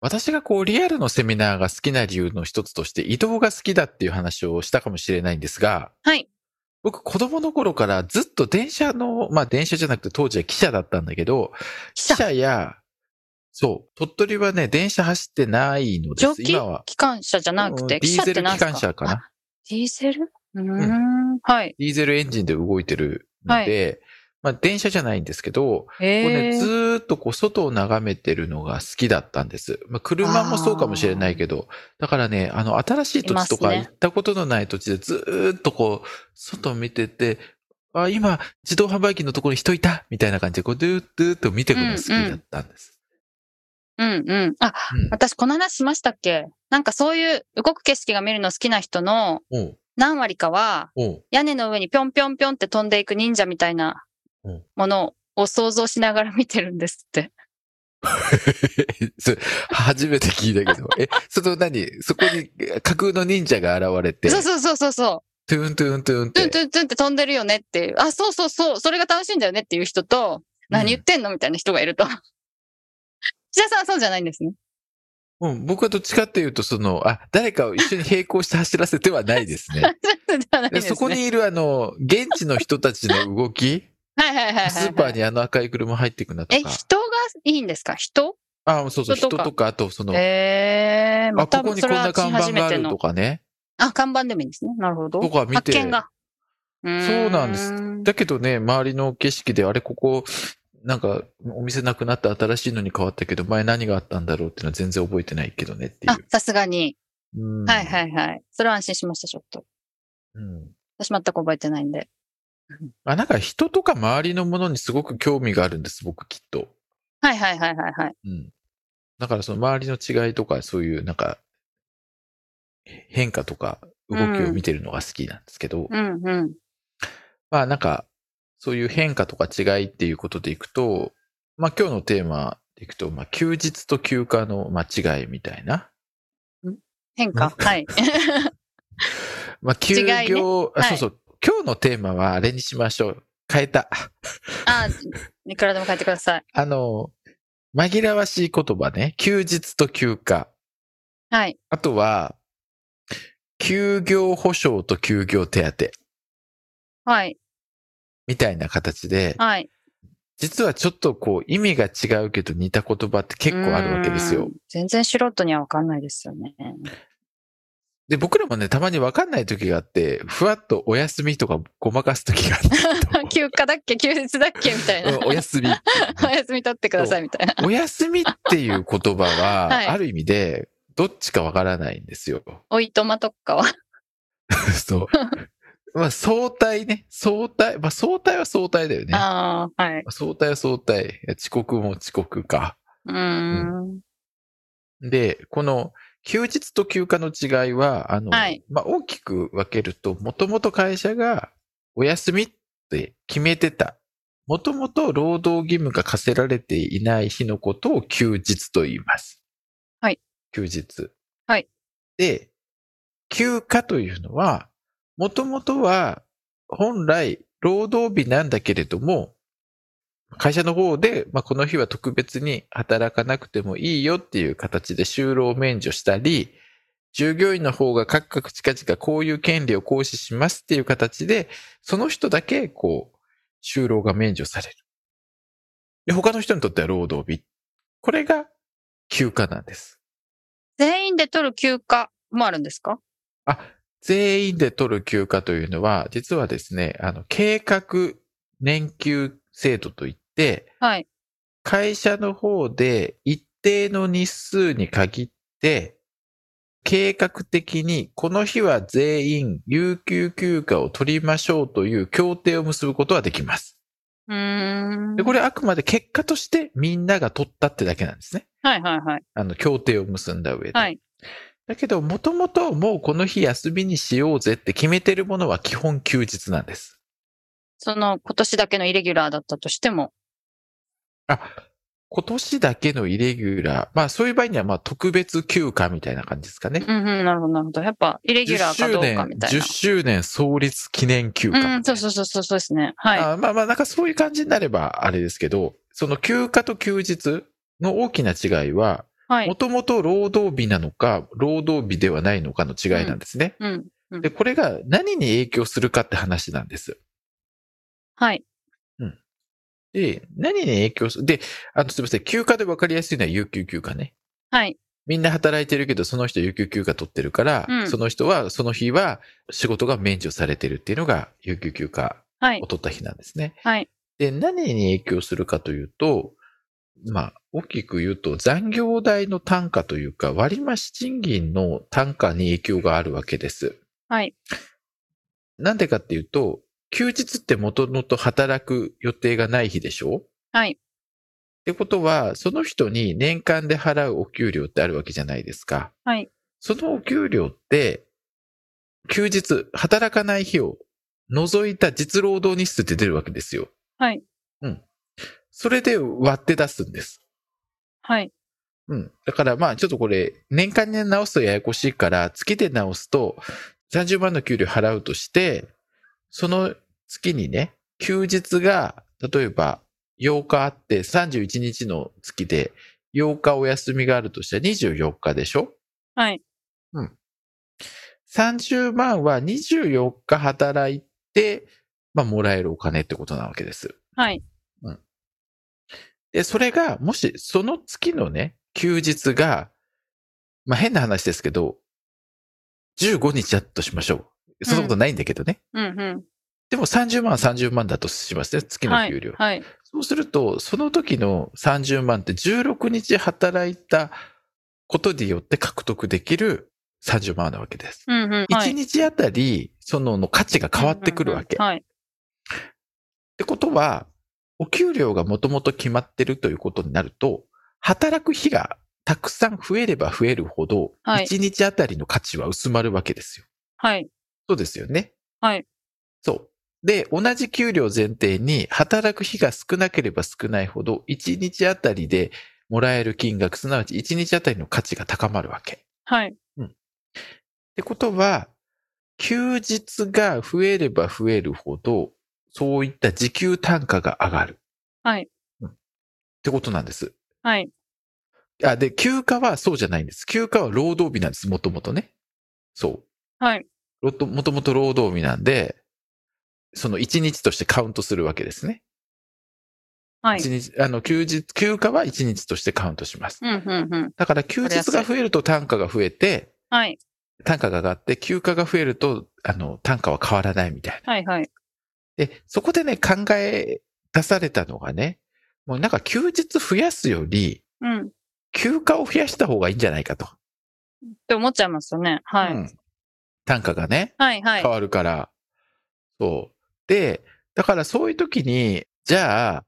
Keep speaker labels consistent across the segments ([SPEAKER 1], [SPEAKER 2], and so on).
[SPEAKER 1] 私がこう、リアルのセミナーが好きな理由の一つとして、移動が好きだっていう話をしたかもしれないんですが、
[SPEAKER 2] はい
[SPEAKER 1] 僕、子供の頃からずっと電車の、まあ電車じゃなくて当時は汽車だったんだけど、
[SPEAKER 2] 記
[SPEAKER 1] 汽車や、そう、鳥取はね、電車走ってないので
[SPEAKER 2] 蒸
[SPEAKER 1] す。
[SPEAKER 2] 気
[SPEAKER 1] 今は、
[SPEAKER 2] 機関車じゃなく
[SPEAKER 1] う
[SPEAKER 2] て、
[SPEAKER 1] んデ
[SPEAKER 2] 汽
[SPEAKER 1] ィー
[SPEAKER 2] 車っ
[SPEAKER 1] ゼ
[SPEAKER 2] て
[SPEAKER 1] ル
[SPEAKER 2] 何
[SPEAKER 1] 機
[SPEAKER 2] です
[SPEAKER 1] 関車かな
[SPEAKER 2] あディーゼルうーん、、
[SPEAKER 1] うん
[SPEAKER 2] はい。
[SPEAKER 1] ディーゼルエンジンで動いてるので、まあ電車じゃないんですけど、こう
[SPEAKER 2] へ
[SPEAKER 1] ね、ず
[SPEAKER 2] ー
[SPEAKER 1] ーっとこう外を眺めてるのが好きだったんです。まあ、車もそうかもしれないけど、だからね、あの、新しい土地とか
[SPEAKER 2] います
[SPEAKER 1] 行
[SPEAKER 2] ね
[SPEAKER 1] ったことのない土地でずーっとこう、外を見てて、あ、今、自動販売機のところに人いたみたいな感じで、こう、ドゥーッドゥーッと見てくのが好きだったんです。
[SPEAKER 3] うんうん。あ、
[SPEAKER 1] うん
[SPEAKER 3] 私この話しましたっけなんかそういう動く景色が見るの好きな人の
[SPEAKER 1] おう
[SPEAKER 3] 何割かは
[SPEAKER 1] おう
[SPEAKER 3] 屋根の上にぴょんぴょんぴょんって飛んでいく忍者みたいな
[SPEAKER 1] うん
[SPEAKER 3] ものを想像しながら見てるんですって。
[SPEAKER 1] それ初めて聞いたけど。え、その何そこに架空の忍者が現れて、
[SPEAKER 3] そうそうそうそうそ
[SPEAKER 1] トゥーントゥーントゥーンっ
[SPEAKER 3] う。トゥン
[SPEAKER 1] て
[SPEAKER 3] ト。ゥントゥンって飛んでるよねっていう。あ、そうそうそう。それが楽しいんだよねっていう人と、何言ってんのみたいな人がいると。 岸田さんはそうじゃないんですね。
[SPEAKER 1] うん、僕はどっちかっていうと、その、あ、誰かを一緒に並行して走らせてはないです ね。
[SPEAKER 3] そうじゃないん
[SPEAKER 1] で
[SPEAKER 3] ですね。
[SPEAKER 1] そこにいるあの、現地の人たちの動き、
[SPEAKER 3] はいはいはいはいはい。
[SPEAKER 1] スーパーにあの赤い車入っていくなと
[SPEAKER 3] え、
[SPEAKER 1] か。
[SPEAKER 3] 人がいいんですか人
[SPEAKER 1] あ、そうそう、人
[SPEAKER 3] 人とか
[SPEAKER 1] とか、あとその、
[SPEAKER 3] ええー、
[SPEAKER 1] あ、
[SPEAKER 3] また
[SPEAKER 1] ここに
[SPEAKER 3] そ
[SPEAKER 1] こん
[SPEAKER 3] れは
[SPEAKER 1] な看板
[SPEAKER 3] 初め
[SPEAKER 1] があ
[SPEAKER 3] て
[SPEAKER 1] る
[SPEAKER 3] の
[SPEAKER 1] とかね。
[SPEAKER 3] あ、看板でもいいんですね。なるほど。
[SPEAKER 1] とか見て
[SPEAKER 3] 発見が。
[SPEAKER 1] そうなんですだけどね、周りの景色で、あれ、ここ、なんか、お店なくなった新しいのに変わったけど、前何があったんだろうっていうのは全然覚えてないけどねってい
[SPEAKER 3] あ
[SPEAKER 1] う、
[SPEAKER 3] さすがに。
[SPEAKER 1] うん。
[SPEAKER 3] はいはいはい。それは安心しました、ちょっと。
[SPEAKER 1] うん
[SPEAKER 3] 私全く覚えてないんで。
[SPEAKER 1] あ、なんか人とか周りのものにすごく興味があるんです、僕きっと。
[SPEAKER 3] はいはいはいはいはい。
[SPEAKER 1] うん。だからその周りの違いとか、そういうなんか、変化とか動きを見てるのが好きなんですけど、
[SPEAKER 3] うんうん。
[SPEAKER 1] まあなんか、そういう変化とか違いっていうことでいくと、まあ今日のテーマでいくと、まあ休日と休暇の間違いみたいな。
[SPEAKER 3] 変化。はい。
[SPEAKER 1] まあ休業、
[SPEAKER 3] 違いね
[SPEAKER 1] あ
[SPEAKER 3] はい
[SPEAKER 1] そうそう、今日のテーマはあれにしましょう。変えた。
[SPEAKER 3] あ、いくらでも書いてください。
[SPEAKER 1] あの、紛らわしい言葉ね。休日と休暇。
[SPEAKER 3] はい。
[SPEAKER 1] あとは、休業保障と休業手当
[SPEAKER 3] はい。
[SPEAKER 1] みたいな形で、
[SPEAKER 3] はい。
[SPEAKER 1] 実はちょっとこう意味が違うけど似た言葉って結構あるわけです
[SPEAKER 3] う
[SPEAKER 1] よ
[SPEAKER 3] ん。。全然素人には分かんないですよね。
[SPEAKER 1] で、僕らもね、たまにわかんない時があって、ふわっとお休みとかごまかす時があって
[SPEAKER 3] 休暇だっけ休日だっけみたいな
[SPEAKER 1] うん。お 休みっていう
[SPEAKER 3] お
[SPEAKER 1] ね。
[SPEAKER 3] 休み取ってくださいみたいな。
[SPEAKER 1] お休みっていう言葉は、
[SPEAKER 3] はい
[SPEAKER 1] ある意味で、どっちかわからないんですよ。
[SPEAKER 3] おいとまとかは。
[SPEAKER 1] そう。まあ、相対ね。相対。まあ、相対は相対だよね。
[SPEAKER 3] ああ、はい。
[SPEAKER 1] 相対は相対。遅刻も遅刻か。
[SPEAKER 3] うーん。
[SPEAKER 1] で、この休日と休暇の違いは、あの、
[SPEAKER 3] はい
[SPEAKER 1] まあ、大きく分けると、もともと会社がお休みって決めてた。もともと労働義務が課せられていない日のことを休日と言います。
[SPEAKER 3] はい。
[SPEAKER 1] 休日。
[SPEAKER 3] はい。
[SPEAKER 1] で、休暇というのは、もともとは本来労働日なんだけれども、会社の方で、まあ、この日は特別に働かなくてもいいよっていう形で就労免除したり、従業員の方がカクカクチカチカこういう権利を行使しますっていう形で、その人だけこう、就労が免除される。で他の人にとっては労働日。これが休暇なんです。
[SPEAKER 3] 全員で取る休暇もあるんですか
[SPEAKER 1] あ、全員で取る休暇というのは、実はですね、あの、計画年休制度といって、
[SPEAKER 3] はい。
[SPEAKER 1] 会社の方で一定の日数に限って、計画的にこの日は全員有給休暇を取りましょうという協定を結ぶことはできます。
[SPEAKER 3] うーん。
[SPEAKER 1] でこれあくまで結果としてみんなが取ったってだけなんですね。
[SPEAKER 3] はいはいはい。
[SPEAKER 1] あの、協定を結んだ上で。
[SPEAKER 3] はい
[SPEAKER 1] だけど、もともともうこの日休みにしようぜって決めてるものは基本休日なんです。
[SPEAKER 3] その今年だけのイレギュラーだったとしても。
[SPEAKER 1] あ、今年だけのイレギュラー。まあそういう場合にはまあ特別休暇みたいな感じですかね。
[SPEAKER 3] うんうん、なるほどなるほど。やっぱイレギュラーかどうかみたい
[SPEAKER 1] 10周年創立記念休
[SPEAKER 3] な。
[SPEAKER 1] 暇。
[SPEAKER 3] うん、そうそうそうそうそうですね。はい。
[SPEAKER 1] あまあまあ、なんかそういう感じになればあれですけど、その休暇と休日の大きな違いは、
[SPEAKER 3] は
[SPEAKER 1] も
[SPEAKER 3] い。
[SPEAKER 1] ともと労働日なのか、労働日ではないのかの違いなんですね。
[SPEAKER 3] うん。うん
[SPEAKER 1] で、これが何に影響するかって話なんです。
[SPEAKER 3] はい。
[SPEAKER 1] で、何に影響するで、あの、すみません、休暇で分かりやすいのは有給休暇ね。
[SPEAKER 3] はい。
[SPEAKER 1] みんな働いてるけど、その人有給休暇取ってるから、
[SPEAKER 3] うん
[SPEAKER 1] その人は、その日は仕事が免除されてるっていうのが、有給休暇
[SPEAKER 3] はい
[SPEAKER 1] を。取った日なんですね。
[SPEAKER 3] はい。
[SPEAKER 1] で、何に影響するかというと、まあ、大きく言うと、残業代の単価というか、割増賃金の単価に影響があるわけです。
[SPEAKER 3] はい。
[SPEAKER 1] なんでかっていうと、休日ってもともと働く予定がない日でしょ
[SPEAKER 3] はい。
[SPEAKER 1] ってことは、その人に年間で払うお給料ってあるわけじゃないですか。
[SPEAKER 3] はい。
[SPEAKER 1] そのお給料って、休日、働かない日を除いた実労働日数って出るわけですよ。
[SPEAKER 3] はい。
[SPEAKER 1] うん。それで割って出すんです。
[SPEAKER 3] はい。
[SPEAKER 1] うん。だからまあちょっとこれ、年間で直すとややこしいから、月で直すと、30万の給料払うとして、その月にね、休日が、例えば8日あって、31日の月で8日お休みがあるとしたら24日でしょ
[SPEAKER 3] はい。
[SPEAKER 1] ?30 万は24日働いて、まあもらえるお金ってことなわけです。
[SPEAKER 3] はい。
[SPEAKER 1] で、それが、もし、その月のね、休日が、まあ、変な話ですけど、15日だとしましょう。そんなことないんだけどね。
[SPEAKER 3] うんうん。
[SPEAKER 1] でも30万は30万だとしますね、月の
[SPEAKER 3] は
[SPEAKER 1] 給料。
[SPEAKER 3] い。はい。
[SPEAKER 1] そうすると、その時の30万って16日働いたことによって獲得できる30万なわけです。
[SPEAKER 3] うんうん。は
[SPEAKER 1] 1
[SPEAKER 3] い。
[SPEAKER 1] 日あたり、そのの価値が変わってくるわけ。
[SPEAKER 3] うんうんうんはい。
[SPEAKER 1] ってことは、お給料がもともと決まってるということになると、働く日がたくさん増えれば増えるほど、
[SPEAKER 3] はい
[SPEAKER 1] 1日あたりの価値は薄まるわけですよ。
[SPEAKER 3] はい。
[SPEAKER 1] そうですよね。
[SPEAKER 3] はい。
[SPEAKER 1] そう。で、同じ給料前提に、働く日が少なければ少ないほど、1日あたりでもらえる金額、すなわち1日あたりの価値が高まるわけ。っ
[SPEAKER 3] はい。
[SPEAKER 1] てことは、休日が増えれば増えるほど、そういった時給単価が上がる。
[SPEAKER 3] はい。
[SPEAKER 1] ってことなんです。
[SPEAKER 3] はい。
[SPEAKER 1] あ、で、休暇はそうじゃないんです。休暇は労働日なんです、もともとね。そう。
[SPEAKER 3] はい。
[SPEAKER 1] もともともと労働日なんで、その一日としてカウントするわけですね。
[SPEAKER 3] はい
[SPEAKER 1] 一。日、あの、休日、休暇は一日としてカウントします
[SPEAKER 3] う。んうんうん。
[SPEAKER 1] だから休日が増えると単価が増えて、
[SPEAKER 3] はい。
[SPEAKER 1] 単価が上がって、休暇が増えると、あの、単価は変わらないみたいな。
[SPEAKER 3] はいはい。
[SPEAKER 1] で、そこでね、考え出されたのがね、もうなんか休日増やすより、
[SPEAKER 3] うん。っ
[SPEAKER 1] 休暇を増やした方がいいんじゃないかと。
[SPEAKER 3] て思っちゃいますよね。は
[SPEAKER 1] う
[SPEAKER 3] い。
[SPEAKER 1] ん単価がね、
[SPEAKER 3] はいはい
[SPEAKER 1] 変。わるから。そう。で、だからそういう時に、じゃあ、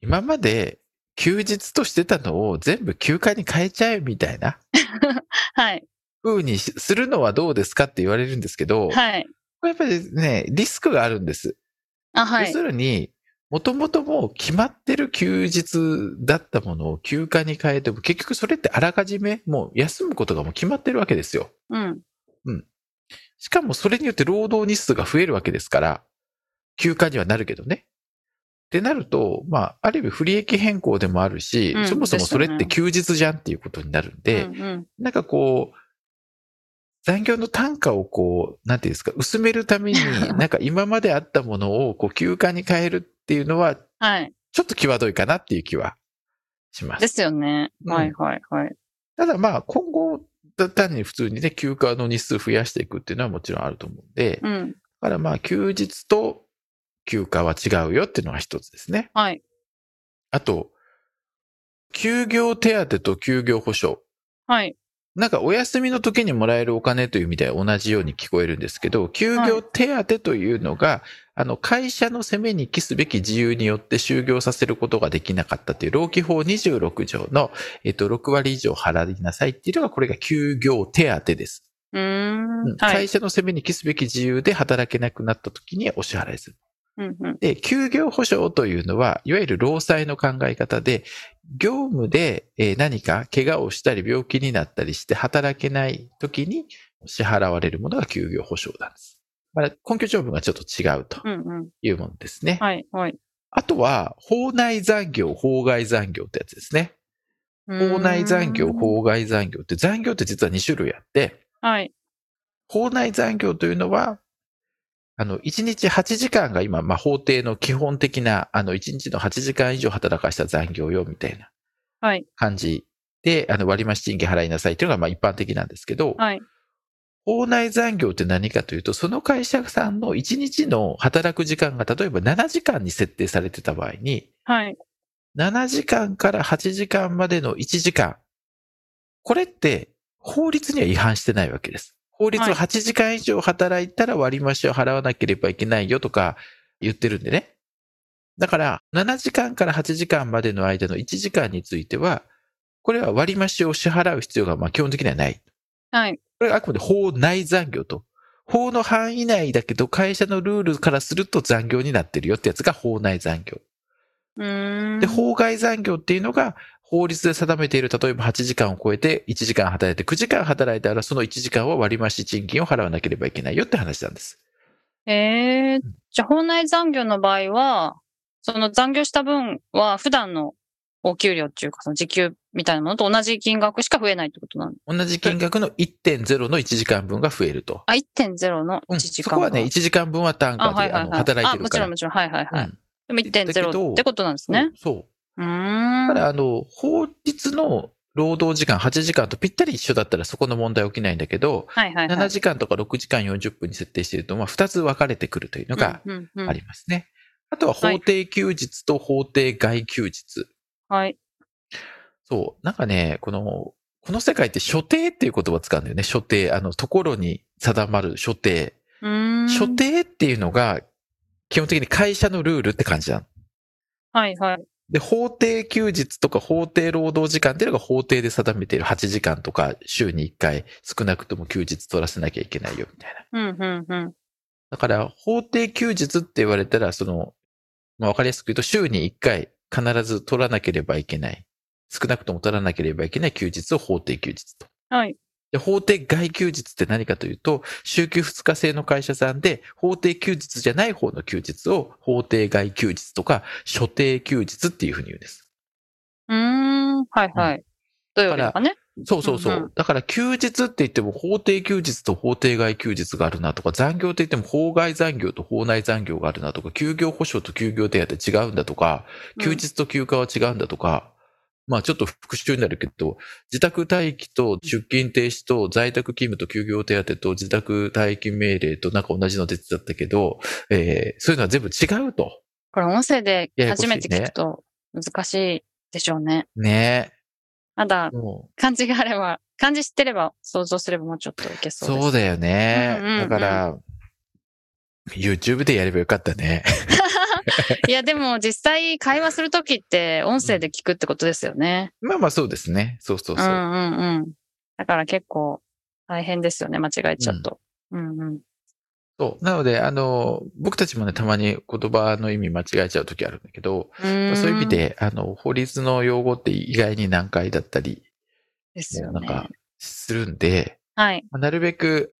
[SPEAKER 1] 今まで休日としてたのを全部休暇に変えちゃえみたいな
[SPEAKER 3] はい。
[SPEAKER 1] 風にしするのはどうですかって言われるんですけど、
[SPEAKER 3] はい。
[SPEAKER 1] これやっぱりね、リスクがあるんです。
[SPEAKER 3] あ、は
[SPEAKER 1] 要
[SPEAKER 3] い
[SPEAKER 1] す。るに、もともともう決まってる休日だったものを休暇に変えても、結局それってあらかじめもう休むことがもう決まってるわけですよ。
[SPEAKER 3] うん。
[SPEAKER 1] しかもそれによって労働日数が増えるわけですから、休暇にはなるけどね。ってなると、まあ、ある意味不利益変更でもあるし、
[SPEAKER 3] うん
[SPEAKER 1] そもそもそれって休日じゃんっていうことになるんで、
[SPEAKER 3] うんうん
[SPEAKER 1] なんかこう、残業の単価をこう、なんていうんですか、薄める ために、なんか今まであったものをこう休暇に変えるっていうのは、
[SPEAKER 3] はい。
[SPEAKER 1] ちょっと際どいかなっていう気はします
[SPEAKER 3] で。すよね。
[SPEAKER 1] うん
[SPEAKER 3] はいはいはい。
[SPEAKER 1] ただまあ、今後、単に普通にね、休暇の日数増やしていくっていうのはもちろんあると思うんで、
[SPEAKER 3] うん。
[SPEAKER 1] だからまあ休日と休暇は違うよっていうのが一つですね。
[SPEAKER 3] はい。
[SPEAKER 1] あと、休業手当と休業保障。
[SPEAKER 3] はい。
[SPEAKER 1] なんかお休みの時にもらえるお金という意味では同じように聞こえるんですけど、休業手当というのがあの、会社の責めに帰すべき自由によって就業させることができなかったという、労基法26条の、えっと、6割以上払いなさいっていうのが、これが休業手当です。
[SPEAKER 3] うー
[SPEAKER 1] うんん。
[SPEAKER 3] はい
[SPEAKER 1] 会。社の責めに帰すべき自由で働けなくなった時にお支払いする。
[SPEAKER 3] うんうん
[SPEAKER 1] で、休業保障というのは、いわゆる労災の考え方で、業務でえー何か怪我をしたり病気になったりして働けない時に支払われるものが休業保障なんです。まあ、根拠条文がちょっと違うと
[SPEAKER 3] うんうん。
[SPEAKER 1] いうものですね。
[SPEAKER 3] はい、はい。
[SPEAKER 1] あとは、法内残業、法外残業ってやつですね。法
[SPEAKER 3] 校
[SPEAKER 1] 内残業、法外残業って残業って実は2種類あって、
[SPEAKER 3] はい。
[SPEAKER 1] 法内残業というのは、あの、1日8時間が今、まあ、法定の基本的な、あの、1日の8時間以上働かした残業よ、みたいな
[SPEAKER 3] はい。
[SPEAKER 1] 感じで、あの、割増賃金払いなさいというのが、まあ、一般的なんですけど、
[SPEAKER 3] はい。
[SPEAKER 1] 法内残業って何かというと、その会社さんの1日の働く時間が、例えば7時間に設定されてた場合に、
[SPEAKER 3] はい。
[SPEAKER 1] 7時間から8時間までの1時間。これって法律には違反してないわけです。法律
[SPEAKER 3] は
[SPEAKER 1] はい8時間以上働いたら割増を払わなければいけないよとか言ってるんでね。だから、7時間から8時間までの間の1時間については、これは割増を支払う必要がまあ基本的にはない。
[SPEAKER 3] はい。
[SPEAKER 1] これはあくまで法内残業と。法の範囲内だけど会社のルールからすると残業になってるよってやつが法内残業。
[SPEAKER 3] うーん。
[SPEAKER 1] で、法外残業っていうのが、法律で定めている、例えば8時間を超えて1時間働いて、9時間働いたら、その1時間は割増賃金を払わなければいけないよって話なんです。
[SPEAKER 3] ええじゃあ、法内残業の場合は、その残業した分は普段のお給料っていうか、その時給みたいなものと同じ金額しか増えないってことなの。
[SPEAKER 1] 同じ金額の1.0の1時間分が増えると。
[SPEAKER 3] あ、1.0の
[SPEAKER 1] うん、
[SPEAKER 3] 1
[SPEAKER 1] そ
[SPEAKER 3] 時間
[SPEAKER 1] こはね、1
[SPEAKER 3] 分
[SPEAKER 1] 時間分は単
[SPEAKER 3] あ、
[SPEAKER 1] 価
[SPEAKER 3] はい
[SPEAKER 1] で
[SPEAKER 3] はいは
[SPEAKER 1] あ
[SPEAKER 3] い
[SPEAKER 1] の。働いて
[SPEAKER 3] あ、
[SPEAKER 1] る
[SPEAKER 3] もち
[SPEAKER 1] か
[SPEAKER 3] ろ
[SPEAKER 1] ら
[SPEAKER 3] ん。もちろん。はいはいはい。
[SPEAKER 1] うん
[SPEAKER 3] でも
[SPEAKER 1] だけど
[SPEAKER 3] 1.0ってことなんですね。
[SPEAKER 1] そう。
[SPEAKER 3] うーん。
[SPEAKER 1] ただ、あの、法律の労働時間8時間とぴったり一緒だったらそこの問題起きないんだけど、
[SPEAKER 3] はいはい、はい。
[SPEAKER 1] 7時間とか6時間40分に設定していると、まあ、2つ分かれてくるというのが
[SPEAKER 3] うんうんうん
[SPEAKER 1] ありますね。あとは法定休日と法定外休日。
[SPEAKER 3] はい。
[SPEAKER 1] そう。なんかね、この、この世界って所定っていう言葉を使うんだよね。所定。あの、ところに定まる所定。
[SPEAKER 3] うーん。
[SPEAKER 1] 所定っていうのが、基本的に会社のルールって感じなの。
[SPEAKER 3] はいはい。
[SPEAKER 1] で、法定休日とか法定労働時間っていうのが法定で定めている8時間とか週に1回少なくとも休日取らせなきゃいけないよみたいな。
[SPEAKER 3] うんうんうん。
[SPEAKER 1] だから、法定休日って言われたら、その、まあ、わかりやすく言うと、週に1回必ず取らなければいけない。少なくとも取らなければいけない休日を法定休日と。
[SPEAKER 3] はい。
[SPEAKER 1] で法定外休日って何かというと、週休2日制の会社さんで、法定休日じゃない方の休日を法定外休日とか、所定休日っていうふうに言うんです。
[SPEAKER 3] うーん。はいはい。どういうかね。
[SPEAKER 1] そうそうそう。
[SPEAKER 3] うんう
[SPEAKER 1] だから休日って言っても法定休日と法定外休日があるなとか、残業って言っても法外残業と法内残業があるなとか、休業保障と休業手当違うんだとか、
[SPEAKER 3] うん
[SPEAKER 1] 休日と休暇は違うんだとか、まあちょっと復習になるけど、自宅待機と出勤停止と在宅勤務と休業手当と自宅待機命令となんか同じの出てたんだけど、えーそういうのは全部違うと。
[SPEAKER 3] これ音声で
[SPEAKER 1] ややこしい
[SPEAKER 3] 初
[SPEAKER 1] ね
[SPEAKER 3] めて聞くと難しいでしょうね。
[SPEAKER 1] ね
[SPEAKER 3] まだ
[SPEAKER 1] え。もう
[SPEAKER 3] 漢字があれば、漢字知ってれば想像すればもうちょっといけそうです。
[SPEAKER 1] そうだよね。
[SPEAKER 3] うんうんう
[SPEAKER 1] だ
[SPEAKER 3] ん
[SPEAKER 1] から、YouTube でやればよかったね。
[SPEAKER 3] いや、でも実際会話するときって音声で聞くってことですよね。
[SPEAKER 1] まあまあそうですね。そうそううんそうう。
[SPEAKER 3] んうん。だから結構大変ですよね、間違えちゃうと。うんうん。
[SPEAKER 1] そうなので、あの、僕たちもね、たまに言葉の意味間違えちゃう時あるんだけど、そういう意味で、あの、法律の用語って意外に難解だったり、
[SPEAKER 3] ですよ
[SPEAKER 1] なんか
[SPEAKER 3] ね。
[SPEAKER 1] するんで、
[SPEAKER 3] はい。
[SPEAKER 1] まあなるべく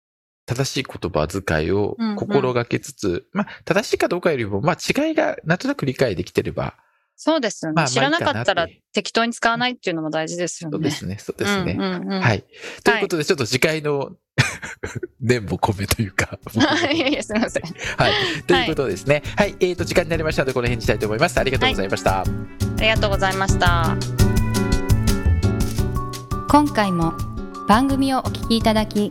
[SPEAKER 1] 正しい言葉遣いを
[SPEAKER 3] うんうん
[SPEAKER 1] 心がけつつ、まあ、正しいかどうかよりも、まあ、違いがなんとなく理解できてれば、
[SPEAKER 3] そうですよね。
[SPEAKER 1] まあ、
[SPEAKER 3] 知らなかった
[SPEAKER 1] まあ
[SPEAKER 3] ら
[SPEAKER 1] いい
[SPEAKER 3] 適当に使わないっていうのも大事ですよ
[SPEAKER 1] かなっていうそう
[SPEAKER 3] ね。
[SPEAKER 1] ですね、そうですね。
[SPEAKER 3] うんうんうん、。
[SPEAKER 1] はいい。ということで、ちょっと次回の 念も込めというか。
[SPEAKER 3] いやいや、すみ ません。
[SPEAKER 1] はい。ということですね。はい。えーと、時間になりましたので、この辺にしたいと思います。ありがとうございました。
[SPEAKER 3] ありがとうございました。
[SPEAKER 2] 今回も番組をお聞きいただき